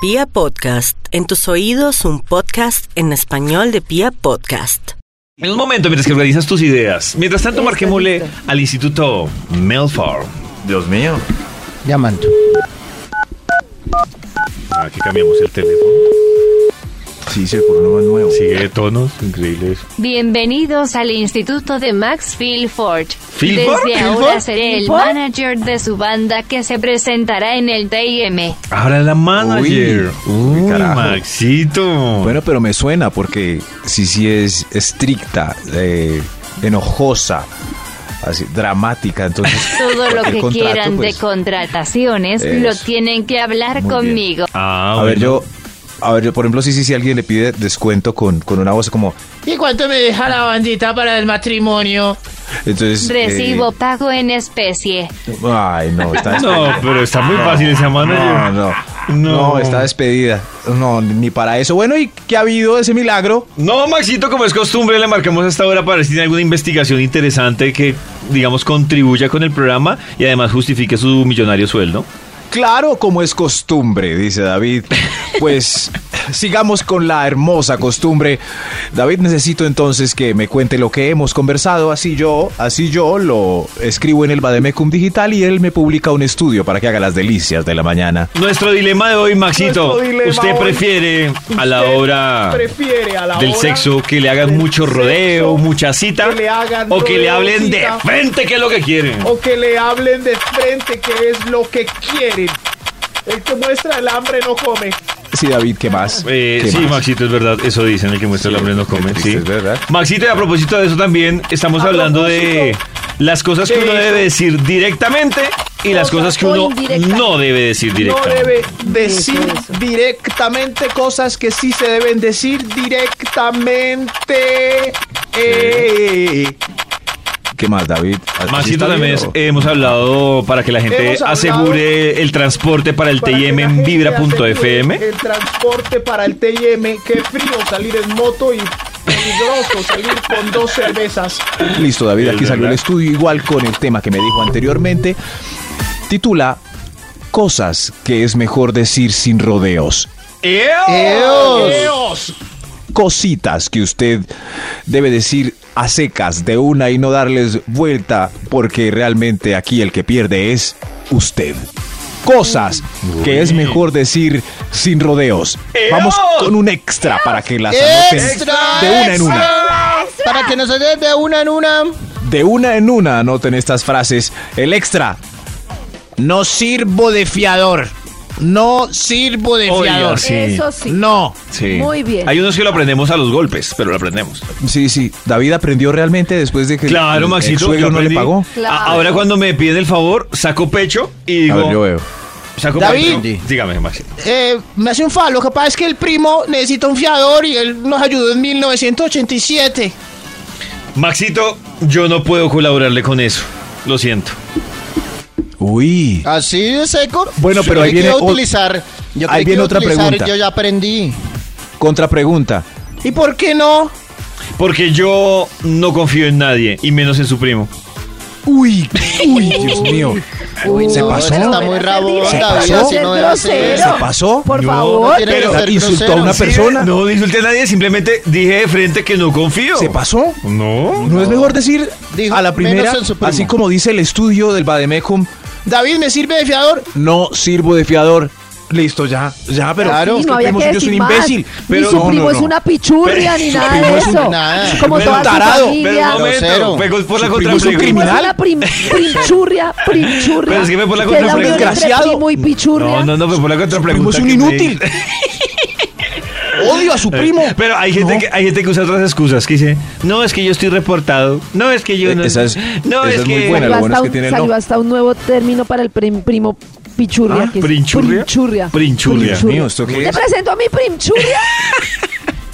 Pia Podcast, en tus oídos un podcast en español de Pia Podcast. En un momento, mientras que organizas tus ideas. Mientras tanto, marquémosle al Instituto Melfar. Dios mío. Llamando. Aquí Ah, cambiamos el teléfono. Sí, sí, por uno más nuevo. Sigue de tonos increíbles. Bienvenidos al Instituto de Max Philford. ¿Philford? Desde ¿Philford? ahora seré el manager de su banda que se presentará en el TIM. Ahora la manager. Uy, Uy, carajo. Maxito. Bueno, pero me suena porque sí, sí es estricta, eh, enojosa, así, dramática. Entonces, Todo lo cualquier que contrato, quieran pues, de contrataciones Eso. lo tienen que hablar Muy conmigo. Ah, A ver, bueno. yo. A ver, yo, por ejemplo, sí, sí, si alguien le pide descuento con, con una voz como. ¿Y cuánto me deja la bandita para el matrimonio? Entonces. eh, Recibo pago en especie. ay, no, está No, despedida. pero está muy fácil esa No, manager. no, No. no. está despedida. No, ni para eso. Bueno, ¿y qué ha habido ese milagro? No, Maxito, como es costumbre, le marcamos hasta ahora para ver si tiene alguna investigación interesante que, digamos, contribuya con el programa y además justifique su millonario sueldo. Claro, como es costumbre, dice David. Pues sigamos con la hermosa costumbre. David, necesito entonces que me cuente lo que hemos conversado. Así yo, así yo lo escribo en el Bademecum Digital y él me publica un estudio para que haga las delicias de la mañana. Nuestro dilema de hoy, Maxito. Nuestro dilema ¿Usted hoy. prefiere a la hora prefiere a la del hora sexo que le hagan del mucho sexo, rodeo, mucha cita? que le hagan o que le rodeo, hablen cita. de frente, que es lo que quieren. o que le hablen de frente que es lo que quieren. El que muestra el hambre no come. Sí, David, ¿qué más? Eh, ¿Qué sí, más? Maxito, es verdad, eso dicen, el que muestra el hambre no come. triste, Sí. es verdad. Maxito, y a propósito de eso también, estamos A hablando de las cosas que de uno eso. debe decir directamente y las cosas Cosas que o uno indirectamente. no debe decir No directamente. debe decir directamente cosas que sí se deben decir directamente. Eh, ¿Qué más, David? ¿Así Maxito, está también bien es- o- hemos hablado para que la gente Hemos hablado asegure el transporte para el para que TIM la en gente vibra.fm. asegure El transporte para el TIM. Qué frío salir en moto y peligroso salir con dos cervezas. Eh, Listo, David, Es aquí salió el verdad. estudio, igual con el tema que me dijo anteriormente. Titula Cosas que es mejor decir sin rodeos. Eh, Dios. Cositas que usted debe decir a secas de una y no darles vuelta, porque realmente aquí el que pierde es usted. Cosas Mm. que es mejor decir sin rodeos. Vamos con un extra para que las anoten de una en una. Para que nos den de una en una. De una en una anoten estas frases. El extra. No sirvo de fiador. No sirvo de Oiga, fiador. sí. Eso sí. No. Sí. Muy bien. Hay unos que lo aprendemos a los golpes, pero lo aprendemos. Sí, sí. David aprendió realmente después de que Claro, el Maxito. suegro yo no le aprendí. pagó. Claro. A- Ahora cuando me piden el favor, saco pecho y A digo... ver, yo veo. saco David. pecho. Dígame, Maxito. Eh, me hace un falo. Lo que pasa es que el primo necesita un fiador y él nos ayudó en 1987. Maxito, yo no puedo colaborarle con eso. Lo siento. Uy. Así de seco. Bueno, pero Yo ahí creí que viene iba ot- a utilizar. Yo ahí creí que viene iba a otra utilizar, pregunta. Yo ya aprendí. Contra pregunta. ¿Y por qué no? Porque yo no confío en nadie, y menos en su primo. Uy. Uy, Dios mío. ¿Se no, pasó? Está muy rabón, ¿Se David, pasó? así no debe hacer. ¿Se pasó? Por No, favor. tiene que Pero ser insultó a grosero. una Sí, persona. No insulté a nadie, simplemente dije de frente que no confío. ¿Se pasó? No. ¿No es mejor decir Dijo, a la primera, menos en su primo. así como dice el estudio del Bademecum, David, ¿me sirve de fiador? no sirvo de fiador. Listo, ya, ya, pero es Claro. Sí, que no el había primo que suyo es un decir más. imbécil. ni Pero su no, no, primo es no. una pichurria Pero- ni su nada primo de es un- eso. nada. Como Pero toda un su tarado. Pero un familia. momento, Grosero. fue con- por la Su primo es un contrapregunta. criminal. Es una prim, primchurria, primchurria. Pero es que me pone la es la contrapregunta. unión entre Desgraciado. primo y pichurria. No, no, no, pero por la primo contrapregunta. es un que me- inútil. Odio a su primo. Pero hay gente, que, hay gente que usa otras excusas, que dice, no, es que yo estoy reportado, no, es que yo Eh, no... esa es- no, esa es, es que... Ah, muy buena. Salió lo bueno hasta es que un- tiene el salió no. hasta un nuevo término para el prim- primo pichurria. Ah, que es ¿princhurria? Primchurria. Princhurria. Dios mío, ¿esto qué Te es? presento a mi primchurria.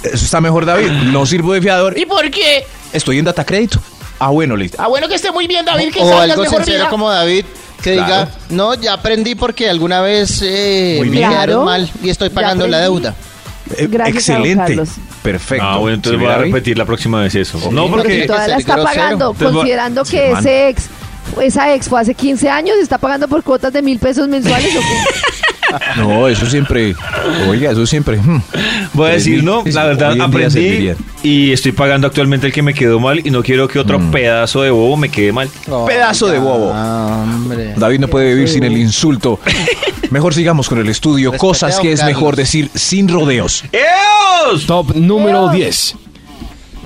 Eso está mejor, David. No sirvo de fiador. ¿Y por qué? Estoy en data crédito. Ah, bueno, listo. Ah, bueno que esté muy bien, David, que O salgas algo mejor sincero vida. como David. Que Claro. diga, no, ya aprendí porque alguna vez eh, Muy me bien. quedaron Claro. mal y estoy Ya pagando la aprendí. deuda. Eh, Gracias a don Excelente. Carlos. Perfecto. Ah, bueno, entonces ¿Sí, voy a David? repetir la próxima vez eso. No, Porque porque... todavía la ser está grosero. pagando, Entonces, considerando sí, que man. ese ex, esa ex fue hace 15 años, está pagando por cuotas de mil pesos mensuales. ¿o qué? No, eso siempre. Oiga, eso siempre. hmm. Voy a Tres decir, mil no, pesos la hoy verdad en día aprendí servirían. y estoy pagando actualmente el que me quedó mal y no quiero que Mm. otro pedazo de bobo me quede mal. Pedazo de bobo. Ah, hombre. David no puede vivir sin el insulto. Mejor sigamos con el estudio. Respete a Cosas don que es Carlos. mejor decir sin rodeos. ¡Eos! Top número 10.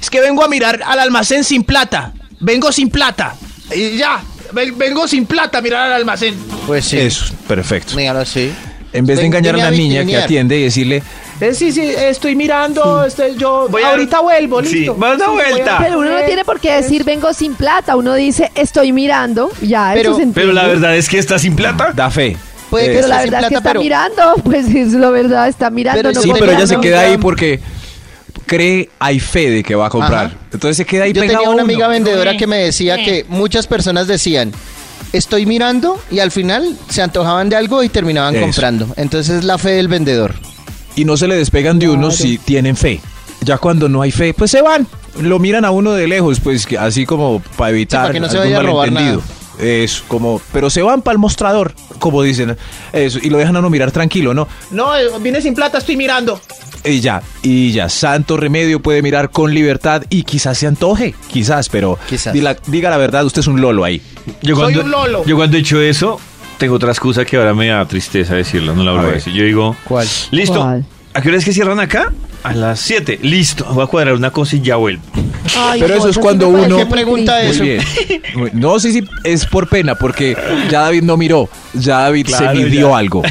Es que vengo a mirar al almacén sin plata. Vengo sin plata. Y ya. Ven- Vengo sin plata a mirar al almacén. Pues sí. Eso, perfecto. Dígalo así. En vez de Ven- engañar a vine la niña que vitrinear. atiende y decirle, Eh, sí, sí, estoy mirando, este, yo Voy a- ahorita vuelvo, Sí, listo. va a dar Sí, voy a- vuelta. Pero uno no tiene por qué decir vengo sin plata. Uno dice estoy mirando. Ya, Pero- eso se Pero la entiende. verdad es que está sin plata. da fe. Eh, Puede que Pero esté la sin verdad es que plata, está pero mirando, pues es la verdad, está mirando. Pero no Sí, yo puede pero ella tenía se una queda amiga- ahí porque cree, hay fe de que va a comprar. Ajá. Entonces se queda ahí yo pegado tenía a una uno. amiga vendedora que me decía que muchas personas decían, estoy mirando, y al final se antojaban de algo y terminaban Eso. comprando. Entonces es la fe del vendedor. Y no se le despegan de uno si tienen fe. Ya cuando no hay fe, pues se van. Lo miran a uno de lejos, pues que- así como para evitar para que no se algún vaya a robar malentendido. Eso, como, pero se van para el mostrador, como dicen, eso, y lo dejan a uno mirar tranquilo, ¿no? No, eh, vine sin plata, estoy mirando. Y ya, y ya, Santo Remedio puede mirar con libertad y quizás se antoje, quizás, pero Quizás. di la- diga la verdad, usted es un lolo ahí. Yo Soy cuando, un lolo. Yo cuando he hecho eso, tengo otra excusa que ahora me da tristeza decirla, no la voy a ver. decir. Yo digo, ¿Cuál? Listo. ¿Cuál? ¿A qué hora es que cierran acá? A las 7. Listo, voy a cuadrar una cosa y ya vuelvo. Ay, Pero eso Jota, es sí cuando me parece uno- muy ¿Qué pregunta triste. es? Ah, Eso. Muy bien. Muy- No, sí, sí, es por pena, porque ya David no miró, ya David Claro, se midió ya. algo.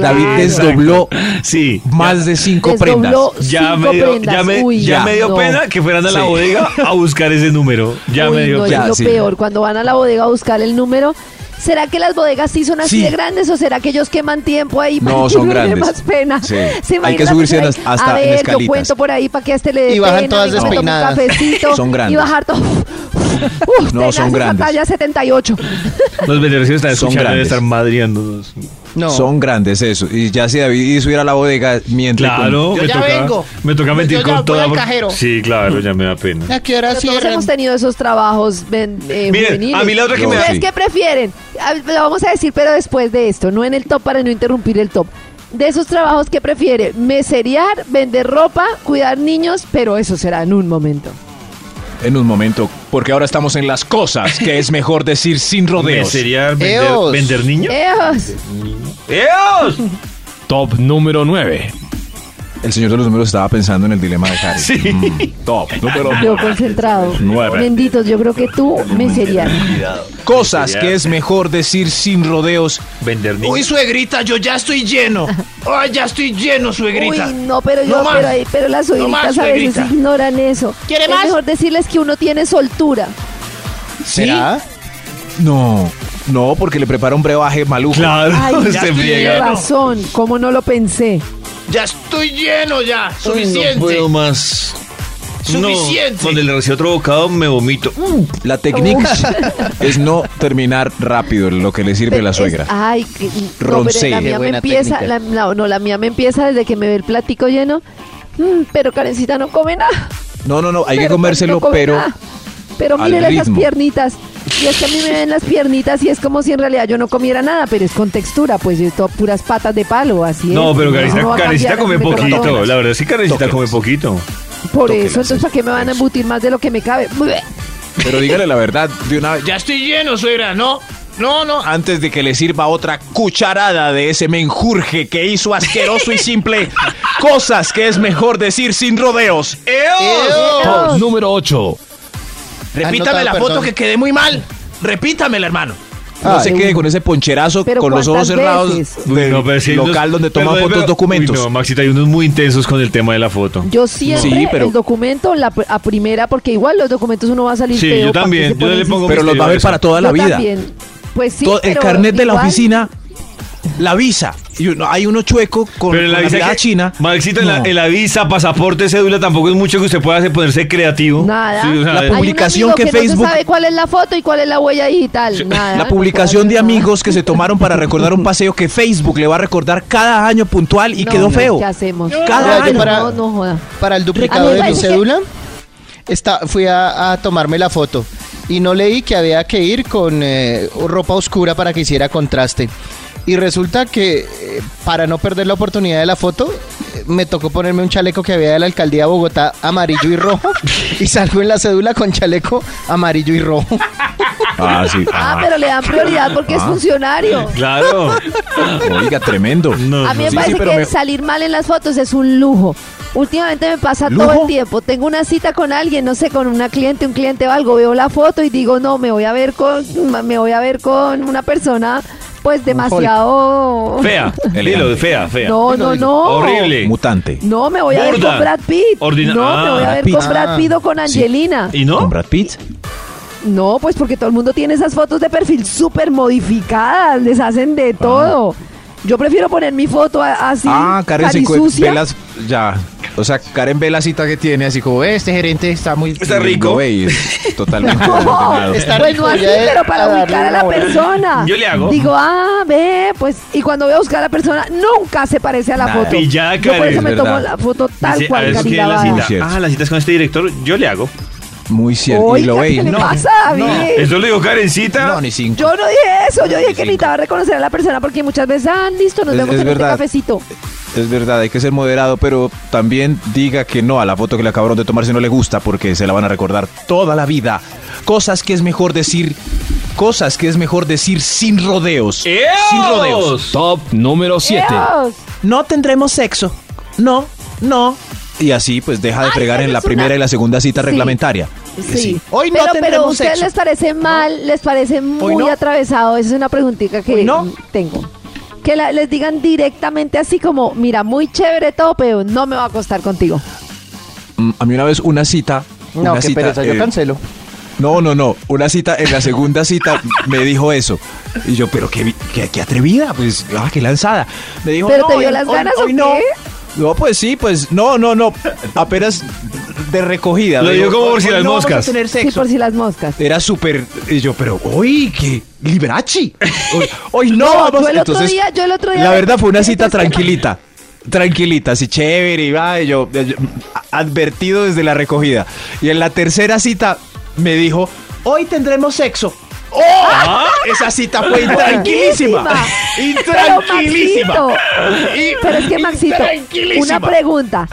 David desdobló Sí. más de cinco Desdobló prendas. Ya cinco me dio, prendas. ya me, Uy, ya me dio no. pena que fueran a la Sí. bodega a buscar ese número. Ya Uy, me dio no, pena. es lo sí. peor, cuando van a la bodega a buscar el número. ¿Será que las bodegas sí son así Sí. de grandes o será que ellos queman tiempo ahí para No, que son uno le dé grandes. más pena? Sí. Hay que imaginan subirse hacer en ahí, las- hasta a en ver, yo escalitas. cuento por ahí para que a este le dé Y bajan pena, todas venga, me tomo un despeinadas. cafecito, Son grandes. Y bajar todo. No, son Uf, tenaz, esa grandes. talla 78. Los vendedores que están Son escuchando deben grandes. estar madriándonos. No. Son grandes eso. Y ya si David hizo ir a la bodega mientras. Claro, Yo me ya toca, vengo. me toca Yo mentir ya con voy toda. al porque- cajero. Sí, claro, ya me da pena. ¿A qué hora Pero Todos cierran? hemos tenido esos trabajos ven- eh, Miren, juveniles. a mí la otra que No, me da sí. ¿Ustedes qué prefieren? Ah, Lo vamos a decir, pero después de esto, no en el top para no interrumpir el top. De esos trabajos que prefiere, meseriar, vender ropa, cuidar niños, pero eso será en un momento. En un momento, porque ahora estamos en las cosas que es mejor decir sin rodeos. sería vender, Eos. vender niños? ¡Eos! ¡Eos! Top número 9. El señor de los números estaba pensando en el dilema de Harry. Mm, top. Número Ah, Yo concentrado. Nueve. Benditos, yo creo que tú meseriar. Cosas que es mejor decir sin rodeos. Vender niños. Uy, suegrita, yo ya estoy lleno. Ay, ya estoy lleno, Uy, suegrita. no, pero yo, No más. pero, ahí- pero las No más, suegritas a veces suegrita. ignoran eso. ¿Quiere es más? mejor decirles que uno tiene soltura. ¿Será? No, no, porque le prepara un brebaje maluco. Claro, Ay, se estoy friega. Tiene Claro. razón, ¿cómo no lo pensé? Ya estoy lleno ya. No Suficiente. puedo más. Suficiente. No, cuando le recibo otro bocado me vomito. La técnica es no terminar rápido lo que le sirve a la Es- suegra. ay, que, no, pero Roncé. la Qué mía me buena empieza, técnica. la- la- no, la mía me empieza desde que me ve el platico lleno. Mm, pero Karencita no come nada. No, no, no, hay que Pero comérselo, no come pero nada. Pero al miren esas ritmo. piernitas. Y es que a mí me ven las piernitas y es como si en realidad yo no comiera nada, pero es con textura, pues yo to- puras patas de palo, así es. No, pero Entonces, Karencita, no va a Karencita cambiar, come así me como poquito. todo. La verdad es que Karencita come poquito. Por Tóquelas, eso, entonces, ¿para qué me van a embutir más de lo que me cabe? pero dígale la verdad de una vez, ya, Ya estoy lleno, suegra. No, no, no. antes de que le sirva otra cucharada de ese menjurje que hizo asqueroso y simple. Cosas que es mejor decir sin rodeos. Top número 8. Repítame Anotado, la perdón. foto que quedé muy mal. Repítamela, hermano. No se Ay. quede con ese poncherazo Ah, Pero con los ojos ¿cuántas cerrados veces? Uy, del no, pero sí hay local unos- donde toman pero, fotos pero- documentos. Uy, no, Maxita, hay unos muy intensos con el tema de la foto. Yo siempre Sí, pero- el documento la, pr- a primera, porque igual los documentos uno va a salir Sí, feo, yo ¿pa' qué también, se yo ponen le pongo pero los va a ver para toda la Yo vida. también. Pues sí, Todo- el pero carnet de la igual- oficina, la visa. Y uno- hay uno chueco con, Pero en con la la visa mirada que- china. Maxito, en, la, No. en la visa, pasaporte, cédula, tampoco es mucho que usted pueda hacer ponerse creativo. Nada. Sí, o sea, La es- Hay un publicación amigo que Facebook- No se sabe cuál es la foto y cuál es la huella digital. Nada, La Ah, no publicación puede de hacer nada. amigos que se tomaron para recordar un paseo que Facebook le va a recordar cada año puntual y No, quedó no, feo. ¿Qué hacemos? Cada no, año. No, no joda. Para el A duplicado mí me de mi parece que- cédula, está, fui a, a tomarme la foto y no leí que había que ir con eh, ropa oscura para que hiciera contraste. Y resulta que eh, para no perder la oportunidad de la foto, eh, me tocó ponerme un chaleco que había de la alcaldía de Bogotá amarillo y rojo. Y salgo en la cédula con chaleco amarillo y rojo. Ah, sí. Ah, pero le dan prioridad porque es Ah. funcionario. Claro. Oiga, tremendo. No, A mí me Sí, parece sí, pero que me- salir mal en las fotos es un lujo. Últimamente me pasa todo ¿Lujo? el tiempo. Tengo una cita con alguien, no sé, con una cliente, un cliente o algo, veo la foto y digo, no, me voy a ver con, me voy a ver con una persona, pues demasiado. Fea. Dilo, fea, fea. No, no, no. Horrible. Mutante. No, me voy a ver Burda. con Brad Pitt. Ordina- no, me Ah, voy a Brad ver Pitt. con Brad Pitt o con Angelina. ¿Y no? ¿Con Brad Pitt? No, pues porque todo el mundo tiene esas fotos de perfil súper modificadas, les hacen Ah. de todo. Yo prefiero poner mi foto a- así, Ah, Karen se encu- carisucia. ve las- ya. O sea, Karen ve la cita que tiene así como, este gerente está muy... Está rico. Lo ve y es totalmente desordenado. Está Pues no rico, así, ya es pero para a darle ubicar a una la buena- persona. Yo le hago. Digo, ah, ve, pues. Y cuando voy a buscar a la persona, nunca se parece a la Nada. foto. Pillada, Yo por Karen, eso es me tomo verdad. la foto tal Dice, a cual, ver, es que Karina la Báez. Muy cita. cierto. Ah, la cita es con este director, yo le hago. Muy cierto. y Oiga, lo ve y ¿qué le no. pasa, David? Eso lo digo Karencita. No, ni cinco. Yo no dije eso, yo dije que necesitaba reconocer a la persona porque muchas veces, ah, listo, nos Es- vemos es en verdad. este cafecito. Es verdad, hay que ser moderado, pero también diga que no a la foto que le acabaron de tomar si no le gusta, porque se la van a recordar toda la vida. Cosas que es mejor decir, cosas que es mejor decir sin rodeos. Sin rodeos. Top número 7. Dios. No tendremos sexo. No, no. Y así pues deja de Ay, fregar esa en la es una- primera y la segunda cita Sí. reglamentaria. Que Sí. Hoy no pero, pero tendremos a ustedes sexo. les parece mal, les parece muy no. atravesado. Esa es una preguntita que tengo. Que la- les digan directamente así como, mira, muy chévere todo, pero no me va a acostar contigo. Mm, A mí una vez una cita. No, una qué cita, pereza, yo eh, cancelo. No, no, no. Una cita, en la segunda cita me dijo eso. Y yo, pero qué, vi- qué, qué atrevida, pues, ah, qué lanzada. Me dijo, ¿Pero no, te dio hoy- las hoy- ganas o hoy no. qué? No, pues sí, pues, no, no, no. Apenas de recogida. Lo Me dijo como por si "Hoy- las hoy no vamos a moscas". tener Sí, sexo. por si las moscas. Era súper. Y yo, pero, uy, qué liberachi. Hoy, hoy no, No, vamos yo el otro día- yo el otro día- La verdad fue una cita Entonces, tranquilita. Tranquilita, así chévere, y va, y yo, yo- advertido desde la recogida. Y en la tercera cita me dijo, hoy tendremos sexo. ¡Oh! Esa cita fue intranquilísima. Ah. Pero intranquilísima. Maxito, pero es que Maxito, Intranquilísima. una pregunta.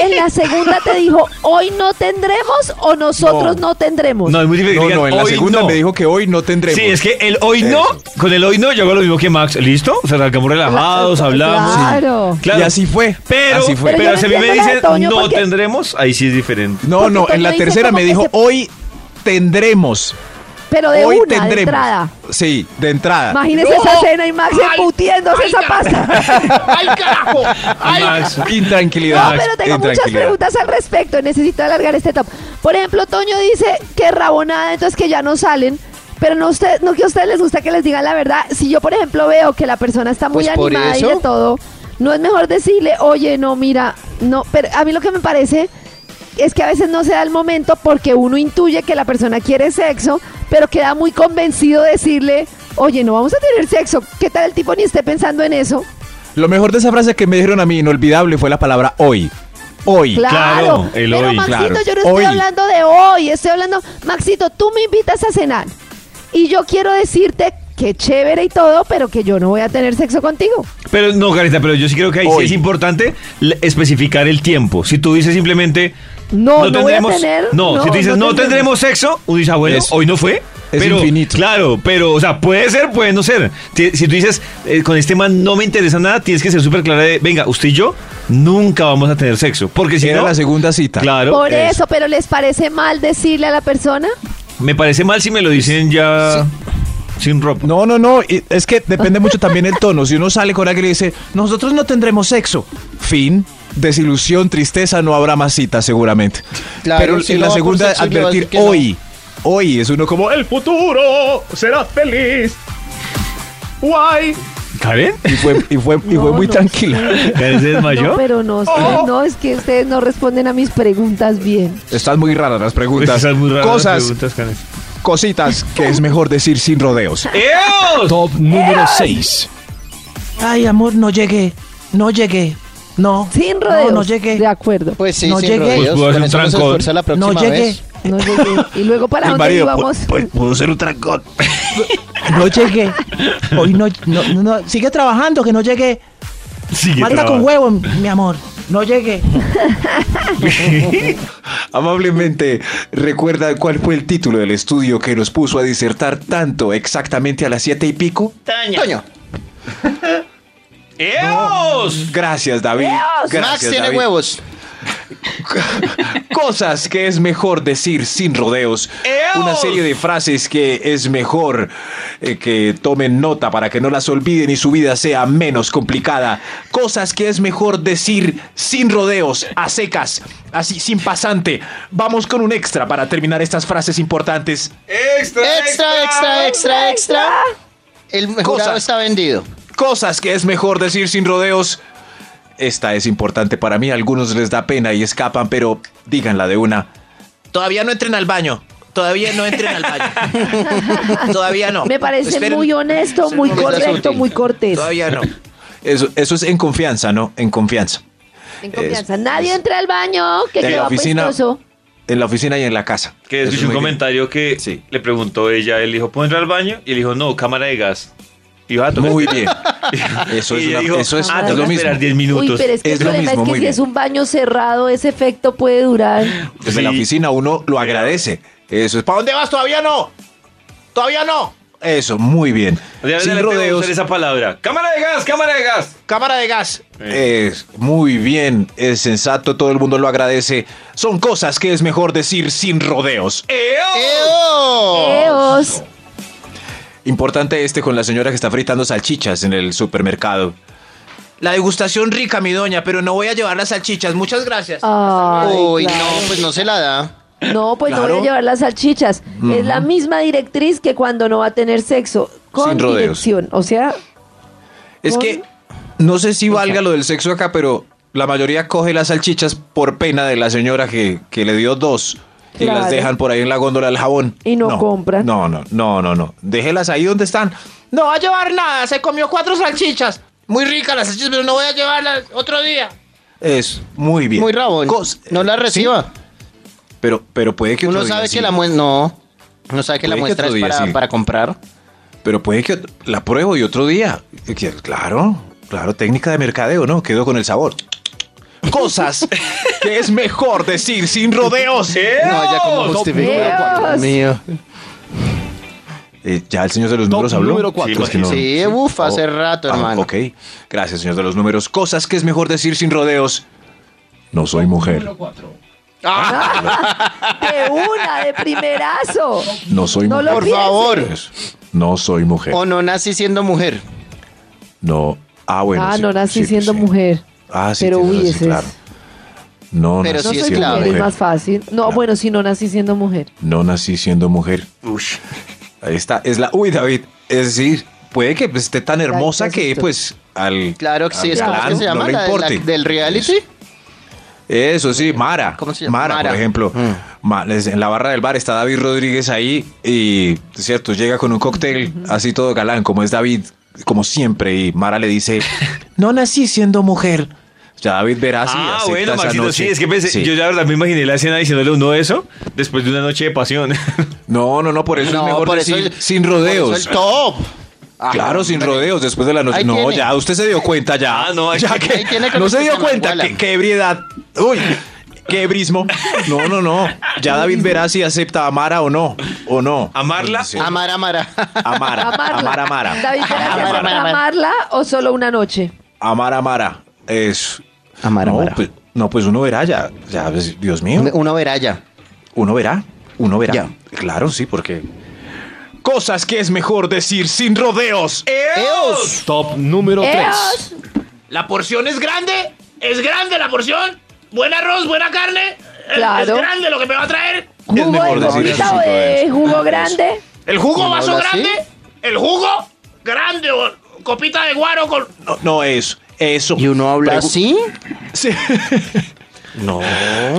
En la segunda te dijo, hoy no tendremos o nosotros no, tendremos. No, es muy difícil. No, Digan, no, en la hoy segunda no. me dijo que hoy no tendremos. Sí, es que el hoy no, Eso. con el hoy no, yo hago lo mismo que Max. ¿Listo? O sea, arrancamos relajados, hablamos. Claro. Claro. Y así fue. Pero, así fue. pero, Pero yo si a no mí me entiendo la de dicen Toño, no porque- tendremos, ahí sí es diferente. No, Porque no, Toño en la dice tercera como me que dijo, se- hoy tendremos. Pero de hoy una, tendremos. Ah. de entrada. Sí, de entrada. Imagínese esa cena y Max embutiéndose esa pasta. ¡Ay, carajo! ¡Ay! Max, No, Intranquilidad. pero tengo muchas intranquilidad. preguntas al respecto. Necesito alargar este top. Por ejemplo, Toño dice que rabonada, entonces que ya no salen. Pero no, usted, no que a ustedes les gusta que les digan la verdad. Si yo, por ejemplo, veo que la persona está muy Pues por animada y eso. de todo, no es mejor decirle, oye, no, mira, no. Pero a mí lo que me parece es que a veces no se da el momento porque uno intuye que la persona quiere sexo, pero queda muy convencido de decirle, oye, no vamos a tener sexo. ¿Qué tal el tipo ni esté pensando en eso? Lo mejor de esa frase que me dijeron a mí inolvidable fue la palabra hoy. Hoy. Claro, Claro, el pero hoy, Maxito, claro. yo no estoy Hoy. hablando de hoy, estoy hablando, Maxito, tú me invitas a cenar y yo quiero decirte que chévere y todo, pero que yo no voy a tener sexo contigo. Pero no, Carita, pero yo sí creo que ahí sí Hoy. es importante le- especificar el tiempo. Si tú dices simplemente No, no voy a tener, no, no, si tú dices no no tendremos sexo, uno dice, ah, bueno, Es- hoy no fue. es pero, infinito. Claro, pero, o sea, puede ser, puede no ser. Ti- Si, tú dices, eh, con este man no me interesa nada, tienes que ser súper clara de, venga, usted y yo nunca vamos a tener sexo. Porque si Era no, la segunda cita. Claro. Por eso. pero ¿les parece mal decirle a la persona? Me parece mal si me lo dicen ya sin ropa. No, no, no. y Es que depende mucho también el tono. Si uno sale con alguien y le dice, nosotros no tendremos sexo. Fin. Desilusión, tristeza, no habrá más citas seguramente. Claro, Pero si en uno la va por segunda, sexo y le va a advertir decir que no. hoy. Hoy es uno como el futuro. Será feliz. Guay. ¿Karen? Y fue, y fue, y fue No, muy no tranquila. ¿Karen se desmayó? No, pero no, sé, no, es que ustedes no responden a mis preguntas bien. Están muy raras las Pues preguntas. esas muy raras Cosas, preguntas, Karen. cositas que es mejor decir sin rodeos. ¡Eos! Top número 6. Ay, amor, no llegué. No llegué. No. Sin rodeos. No, no llegué. De acuerdo. Pues sí, No sin llegué. Pues rodeos. puedo hacer Con un eso nos trancón. esfuerza la próxima no llegué. vez. No llegué. Y luego para El dónde marido, íbamos. pues, pu- pu- pudo ser un trancón. No llegué. Hoy no, no, no, no. Sigue trabajando, que no llegué. Sigue Manda con trabajando. huevo, mi amor. No llegué. Amablemente, ¿recuerda cuál fue el título del estudio que nos puso a disertar tanto exactamente a las siete y pico? Taña. Toño. ¡Eos! Gracias, David. Gracias, Max tiene David. huevos. Cosas que es mejor decir sin rodeos. ¡Eos! Una serie de frases que es mejor eh, que tomen nota para que no las olviden y su vida sea menos complicada. Cosas que es mejor decir sin rodeos, a secas, así sin pasante. Vamos con un extra para terminar estas frases importantes. ¡Extra, Extra, extra, extra, extra. El jurado Cosa. está vendido. Cosas que es mejor decir sin rodeos. Esta es importante para mí, a algunos les da pena y escapan, pero díganla de una. Todavía no entren al baño. Todavía no entren al baño. Todavía no. Me parece Esperen. muy honesto, Esperen muy un momento. correcto, muy cortés. Todavía no. Eso, eso es en confianza, ¿no? En confianza. En confianza. Nadie entra al baño, que En la quedó oficina. apestoso. En la oficina y en la casa. Que Eso escuché es un muy bien. comentario que Sí. le preguntó ella, él dijo, ¿puedo entrar al baño? Y él dijo, no, cámara de gas. Y dijo, ah, toca Muy esperar". bien. Eso es, y ella una- dijo, eso es, ah, es toca lo mismo. esperar 10 minutos. Uy, pero es que Es el lo problema mismo, es que muy si bien. es un baño cerrado, ese efecto puede durar. Desde la Sí. oficina uno lo agradece. Eso es. ¿Para dónde vas? Todavía no. Todavía no. Eso, muy bien. Ya le Sin tengo que rodeos. usar esa palabra. Cámara de gas, cámara de gas. Cámara de gas. Eh. Es muy bien, es sensato, todo el mundo lo agradece. Son cosas que es mejor decir sin rodeos. Oh, Eos. Importante este con la señora que está fritando salchichas en el supermercado. La degustación rica, mi doña, pero no voy a llevar las salchichas. Muchas gracias. Ah, Ay, Uy, claro. no, pues no se la da. No, pues no voy Claro. a llevar las salchichas. Es la misma directriz que cuando no va a tener sexo. Con Sin rodeos. dirección. O sea, Es Con- que no sé si valga lo del sexo acá, pero la mayoría coge las salchichas por pena de la señora que, que le dio dos y Claro. las dejan por ahí en la góndola del jabón. Y no compran. No, no, no, no, no. Déjelas ahí donde están. No va a llevar nada. Se comió cuatro salchichas. Muy ricas las salchichas, pero no voy a llevarlas otro día. Es muy bien. Muy rabón. Cos- No la reciba. Pero, pero puede que Uno otro día sabe sí. que la muestra. No. Uno sabe que la Puede que muestra otro es día para, sí. para comprar. Pero puede que ot- la pruebo y otro día. Y que- Claro, claro, técnica de mercadeo, ¿no? Quedó con el sabor. Cosas que es mejor decir sin rodeos. No, ya como ¡Eos! Dios. justifica. Mío. Eh, ya el señor de los Top números habló. número cuatro. es que Sí, uf, hace rato, hermano. Ah, Ok, gracias, señor de los números. Cosas que es mejor decir sin rodeos. No soy mujer. de una, de primerazo. Ah, No soy No lo mujer. Por piense. favor. No soy mujer. O no nací siendo mujer. No. Ah, bueno. ah, sí, no nací sí, siendo sí. mujer. Ah, sí, Pero tienes uy, razón, ese claro. es. No, Pero nací No sí soy es siendo claro. mujer, mujer. es más fácil. No, bueno, si no nací siendo mujer. No nací siendo mujer. Ahí está. Es la. Uy, David. Es decir, puede que pues, esté tan hermosa qué que, susto. pues, al. Claro que sí, al es como galán que se llama no le la, de la- importe. del reality. Eso sí, Mara. ¿Cómo se llama? Mara, Mara. Mm. por ejemplo. Ma- les- en la barra del bar está David Rodríguez ahí y, cierto, llega con un cóctel así todo galán, como es David, como siempre. Y Mara le dice, no nací siendo mujer. Ya David verá si ah, acepta bueno, esa Maxito, sí, noche. es que pensé, Sí. yo ya la verdad me imaginé la escena diciéndole a uno eso después de una noche de pasión. No, no, no, por eso No, es mejor por eso decir el- sin Por rodeos. eso el top. claro, sin rodeos, después de la noche. Ahí No, tiene. ya, usted se dio cuenta ya. Ah, no, ahí ya tiene- que ahí tiene con no se este dio tema, cuenta. Guala. Qué, qué ebriedad. Uy, qué ebrismo. No, no, no. Ya David verá si acepta a Mara o no. O no. ¿Amarla? Sí. Ah. Amar, amar. Amara. Amarla. Amara, Amara. David, ¿para Amara, amarla, Amara, Amara. o solo una noche? Amara, Amara. Es. Amara, no, Amara. Pues, no, pues uno verá ya. ya pues, Dios mío. Una veralla. Uno verá. Uno verá. Ya. Claro, sí, porque. Cosas que es mejor decir sin rodeos. ¡Eos! Top número 3. ¡Eos! La porción es grande. Es grande la porción. Buen arroz, buena carne. Es- Claro. Es grande lo que me va a traer. Es ¿Jugo mejor de decir eso bombita sin o de rodeos. jugo grande? El jugo ¿Uno vaso habla así? grande. El jugo grande o copita de guaro con. No, no eso. Eso. ¿Y uno habla Pregu- así? Sí. no.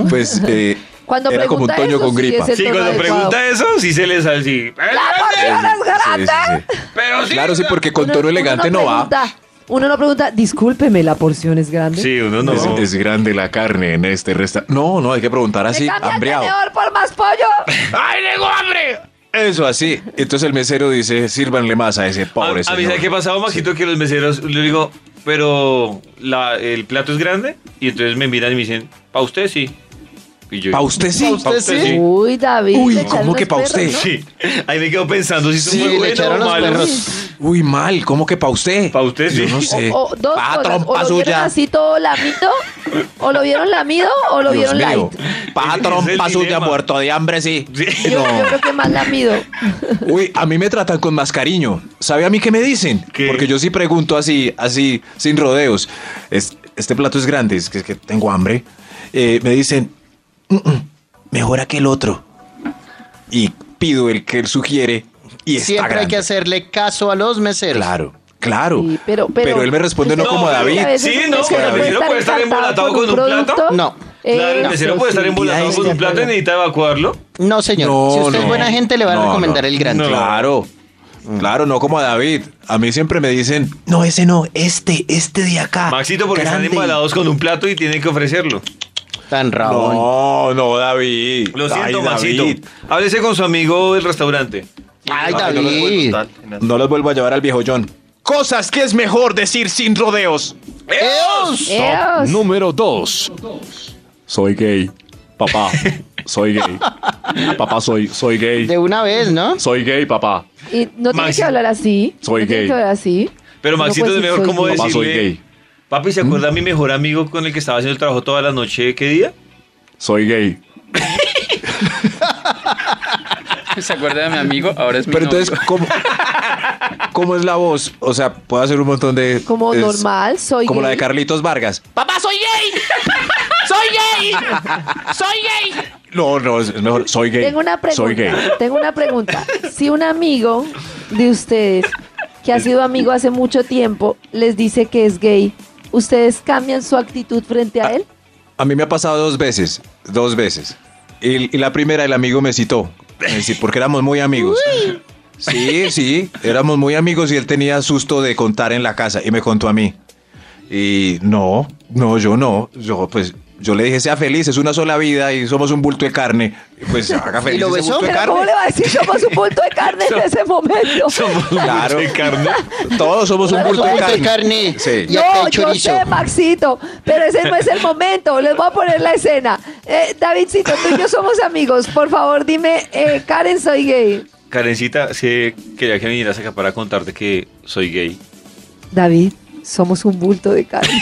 Pues. eh, Cuando era como un pregunta Toño eso, con sí gripa. es el Sí, tono cuando adecuado. pregunta eso, sí se les sale así. ¡La porción es Sí, sí, grande! sí. Pero sí. Claro, sí, porque con Uno- tono uno elegante no va. pregunta, uno no pregunta, discúlpeme, la porción es grande. Sí, uno no. Es, es grande la carne en este restaurante. No, no, hay que preguntar ¿Me así, cambia el hambreado. tenedor por más pollo? ¡Ay, tengo hambre! Eso así. Entonces el mesero dice, sírvanle más a ese A, pobre a mí, señor". ¿sabe qué pasaba, Maxito? Que los meseros, le digo, pero la- el plato es grande. Y entonces me miran y me dicen, pa' usted sí. Y yo, ¿Pa usted sí? Pa' usted sí. Uy, David. Uy, le echaron ¿cómo los que pa' perros, usted? ¿no? Sí. Ahí me quedo pensando si son Sí, muy le buenos echaron o los malos. perros. Uy, mal, ¿cómo que pa' usted? Pa' usted sí. Yo no sé. O, o dos Ah, cosas, o trompa lo vieron suya. así todo lamido, o lo vieron lamido, o lo Dios vieron mío. light. Pa' Ese es trompa el suya, dilema. muerto de hambre, sí. Sí. Yo, No. yo creo que más lamido. Uy, a mí me tratan con más cariño. ¿Sabe a mí qué me dicen? ¿Qué? Porque yo sí pregunto así, así, sin rodeos. Es- este plato es grande, es que, es que tengo hambre. Eh, me dicen, "Mm, mm, mejor aquel otro. Y pido el que él sugiere y está Siempre hay grande. que hacerle caso a los meseros. Claro, claro. Sí, pero, pero, Pero él me responde no No, como pero- David. A veces Sí, el no, mesero pero el mesero puede estar encantado embolatado con un producto. Eh, plato. No. Claro, Eh, el Eso mesero puede estar sí. embolatado Ahí con sí, un plato y acuerdo. necesita evacuarlo. No, señor. No, si usted no. es buena gente, le va No, a recomendar no. el grande. No. Claro. Claro, no como a David. A mí siempre me dicen, no, ese no, este, este de acá. Maxito, porque grande". están embalados con un plato y tienen que ofrecerlo. Tan rabón. No, no, David. Lo siento, Ay, Maxito. David. Háblese con su amigo del restaurante. Ay, Ay, no lo David. No los vuelvo a llevar al viejo John. Cosas que es mejor decir sin rodeos. ¡Eos! Eos. Número 2. Soy gay. Papá, soy gay. Papá, soy, soy gay. De una vez, ¿no? Soy gay, papá. Y no tiene que Maxi- hablar así. Soy no Tiene gay. que hablar así. Pero No Maxito puede es decir, mejor soy cómo gay. Papá, soy decirle. gay. Papi, ¿se acuerda ¿Mm? mi mejor amigo con el que estaba haciendo el trabajo toda la noche? ¿Qué día? Soy gay. ¿Se acuerda de mi amigo? Ahora es mi Pero entonces, novio. ¿cómo, ¿cómo es la voz? O sea, puedo hacer un montón de. Como es- normal, soy Como la de gay. Carlitos Vargas. ¡Papá, soy gay! ¡Soy gay! ¡Soy gay! No, no, es mejor. Soy gay. Tengo una pregunta. Soy gay. Tengo una pregunta. Si un amigo de ustedes, que ha sido amigo hace mucho tiempo, les dice que es gay, ¿ustedes cambian su actitud frente Ah, a él? A mí me ha pasado dos veces, dos veces. Y, y la primera, el amigo me citó, me citó, porque éramos muy amigos. Sí, sí, éramos muy amigos y él tenía susto de contar en la casa y me contó a mí. Y no, no, yo no, yo pues, yo le dije, sea feliz, es una sola vida y somos un bulto de carne. Y, Pues haga feliz lo ese besó? bulto de Pero ¿cómo carne. le va a decir somos un punto de carne en ese momento? Claro. De carne. Todos somos un Somos bulto un de bulto de carne. Sí. carne. Y acá No, hay yo chorizo. sé, Maxito, pero ese no es el momento. Les voy a poner la escena. Eh, Davidcito, tú y yo somos amigos. Por favor, dime, eh, Karen, soy gay. Karencita, sí, quería que vinieras acá para contarte que soy gay. David, somos un bulto de carne.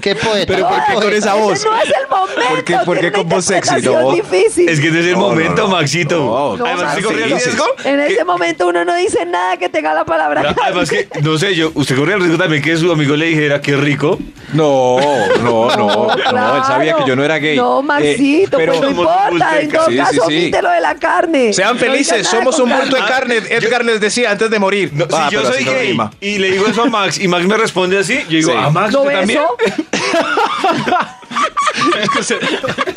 Qué poeta. Pero ¿por qué Poeta. con esa voz? Ese no es el momento. ¿Por qué- por qué tiene una con voz sexy, interpretación no? difícil. Es que este es el No, no, momento, no. Maxito. No, además, ¿usted no, corría el no, riesgo? En que- ese momento uno no dice nada que tenga la palabra. Na- Además que, no sé, yo, usted corría el riesgo también que su amigo le dijera qué rico. No, no, no, no, él claro. sabía que yo no era gay. No, Eh, Maxito, pues no somos un bulto importa. de En todo carne. Sí, sí, caso, sí. omite lo de la carne. Sean No diga felices, nada somos con Ah, un bulto de carne. carne. Edgar les decía antes de morir. No, Ah, si yo pero soy así no gay rima. y le digo eso a Max y Max me responde así, yo digo, Sí. ¿a Max ¿Lo usted también? beso?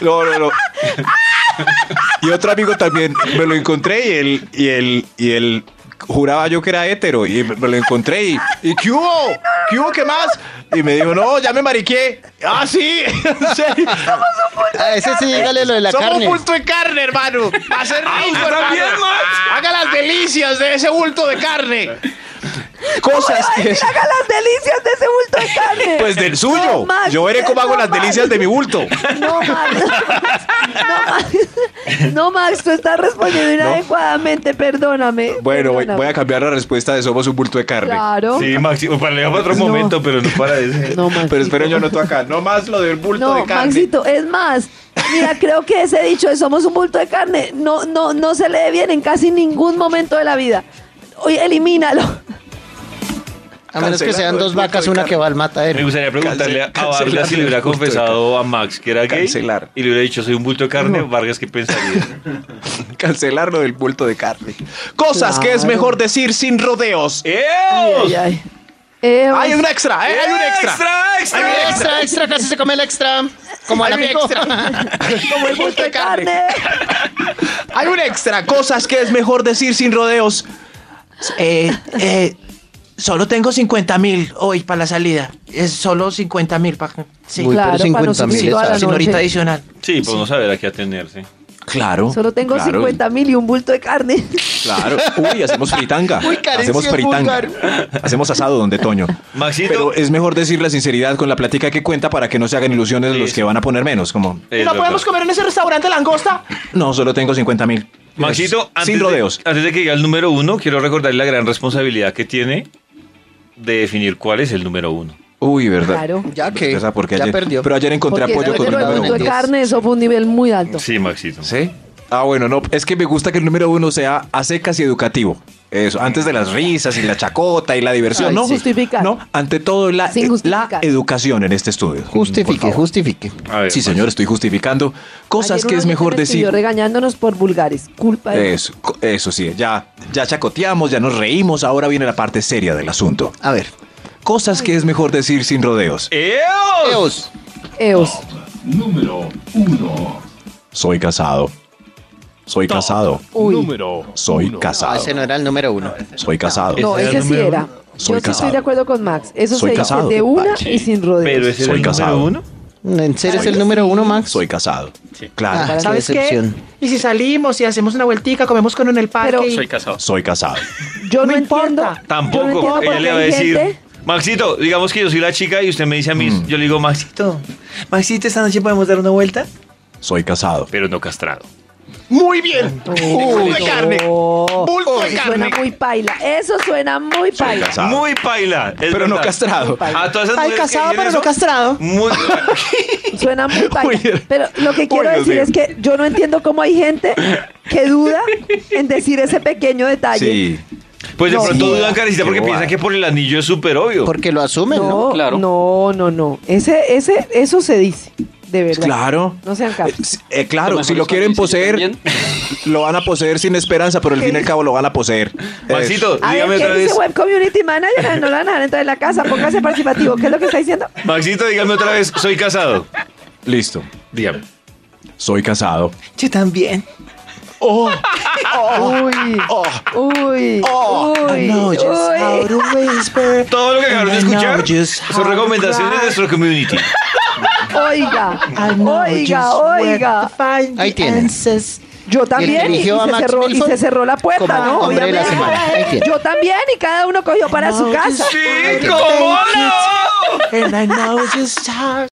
No, no, no. Y otro amigo también, me lo encontré y él, y él, y él juraba yo que era hétero y me lo encontré y, ¿Y qué hubo? ¿Qué hubo? ¿Qué más? y me dijo, no, ya me mariqué. ¡Ah, sí! sí. A ese sí, dígale lo de la Somos carne. un bulto de carne, hermano. Va a ser rico, ¿usted también, hermano. Max? Haga las delicias de ese bulto de carne. Cosas que... Haga las delicias de ese bulto de carne. Pues del suyo. No, Max, Yo veré cómo hago no, las Max. delicias de mi bulto. No, Max. No, Max. No, Max, tú estás respondiendo inadecuadamente, perdóname. Bueno, voy, perdóname. voy a cambiar la respuesta de somos un bulto de carne. Claro. Sí, Maxi, o para, le hago para otro No. momento, pero no para ese. No, Maxito. Pero espero yo anoto acá. No más lo del bulto No, de carne. Maxito, es más, mira, creo que ese dicho de somos un bulto de carne no, no, no se lee bien en casi ningún momento de la vida. Oye, elimínalo. A menos que Cancelado sean el dos bulto vacas, de una carne. que va al Me matadero. gustaría preguntarle a Cancel- Vargas si le hubiera cancelar el bulto de confesado a Max que era gay Cancelar. y le hubiera dicho soy un bulto de carne, Vargas qué pensaría. Cancelar lo del bulto de carne. Cosas que es Claro. mejor decir sin rodeos. Eh, Ay, ay, ay. Eh, Hay un extra, ¿eh? hay un extra. Ay, extra, extra, casi se come el extra. Como a la Hay un pico. Como el bulto de carne. Hay un extra. Cosas que es mejor decir sin rodeos. Eh, eh, solo tengo 50 mil hoy para la salida. Es solo 50 mil. para sí. Uy, pero Claro, para 50.000 no sí, subir toda la señorita noche. adicional. Sí, pues no saber a qué atenerse. Claro. Solo tengo claro, 50 mil y un bulto de carne. Claro. Uy, hacemos fritanga. Uy, carencia hacemos fritanga. Hacemos asado, donde Toño. Maxito. Pero es mejor decir la sinceridad con la plática que cuenta para que no se hagan ilusiones los que van a poner menos. Como, Es ¿No verdad. podemos comer en ese restaurante langosta? no, solo tengo 50 mil. Maxito, antes, sin rodeos. De, antes de que llegue al número uno, quiero recordar la gran responsabilidad que tiene de definir cuál es el número uno. Uy, verdad. Claro. Ya que. Esa porque ya ayer- perdió. Pero ayer encontré Porque apoyo el con un número de número bulto de uno. carne, eso fue un nivel muy alto. Sí, Maxito. ¿Sí? Ah, bueno, no. Es que me gusta que el número uno sea a secas y educativo. Eso, antes de las risas y la chacota y la diversión. Ay, no, sí. Justificar. No, ante todo la, Sin la justificar. educación en este estudio. Por Justifique, favor. justifique. A ver, Sí, señor, estoy justificando cosas Ayer que una es gente mejor me escribió decir. regañándonos por vulgares. Culpa de. Eso, co- eso sí, ya, ya chacoteamos, ya nos reímos, ahora viene la parte seria del asunto. A ver. Cosas que es mejor decir sin rodeos. ¡Eos! Eos. Eos. Soy casado. Soy casado. Uy. Número Soy Ah, casado. ese no era el número uno. Soy casado. No, Ese era ese el sí número era. uno. Soy Yo sí estoy casado. de acuerdo con Max. Eso Soy se casado. dice de una Sí. y sin rodeos. Pero ese es Soy el número casado. uno. ¿En serio es Soy- el número uno, Max? Soy casado. Claro. Ah, qué ¿Sabes qué? decepción. Y si salimos y hacemos una vueltica, comemos con uno en el parque. Pero- y- Soy casado. Soy casado. Yo no, entiendo. No importa. yo no entiendo Tampoco. por Ella qué le va a hay decir. gente- Maxito, digamos que yo soy la chica y usted me dice a mí, yo le digo, Maxito, Maxito, esta noche podemos dar una vuelta. Soy casado. Pero no castrado. Muy bien. Bulto de carne. Oh, Bulto de eso suena carne. muy paila. Eso suena muy paila. casado. Muy paila. es Pero no verdad. castrado. A todas esas Ay, mujeres que casado, dicen pero no eso, castrado. Muy, Suena muy paila. Oye. Pero lo que quiero Oye, decir sí. es que yo no entiendo cómo hay gente que duda en decir ese pequeño detalle. Sí. pues de No, pronto sí. dudan, Karencita, Qué porque bobada. piensan que por el anillo es súper obvio. Porque lo asumen, ¿no? No, Claro. no, no, no. Ese, ese, eso se dice, de verdad. Claro. No sean Eh, capos. sí, eh, claro, Mejor si lo eso quieren dice yo poseer, también. lo van a poseer sin esperanza, pero al fin y al cabo lo van a poseer. Maxito, A ver, dígame ¿qué otra dice vez. Web Community Manager? Ah, No la van a dejar entrar en la casa, póngase participativo. ¿Qué es lo que está diciendo? Maxito, dígame otra vez, soy casado. Eso. Listo. Dígame. Soy casado. Yo también. Oh. Uy, Oh. uy, Oh, Ah, uy, No, just how uy. to whisper. Todo lo que acabaron de I know escuchar just son how recomendaciones de nuestro community. Oiga, I know oiga, just where oiga. Ahí tiene. Yo también, y, y eligió a se Max cerró, y Milford se cerró la puerta, como ¿no? hombre de la Obviamente. semana. Ahí tiene. Yo también, y cada uno cogió para su casa. ¡Sí, cómo no! And I know just how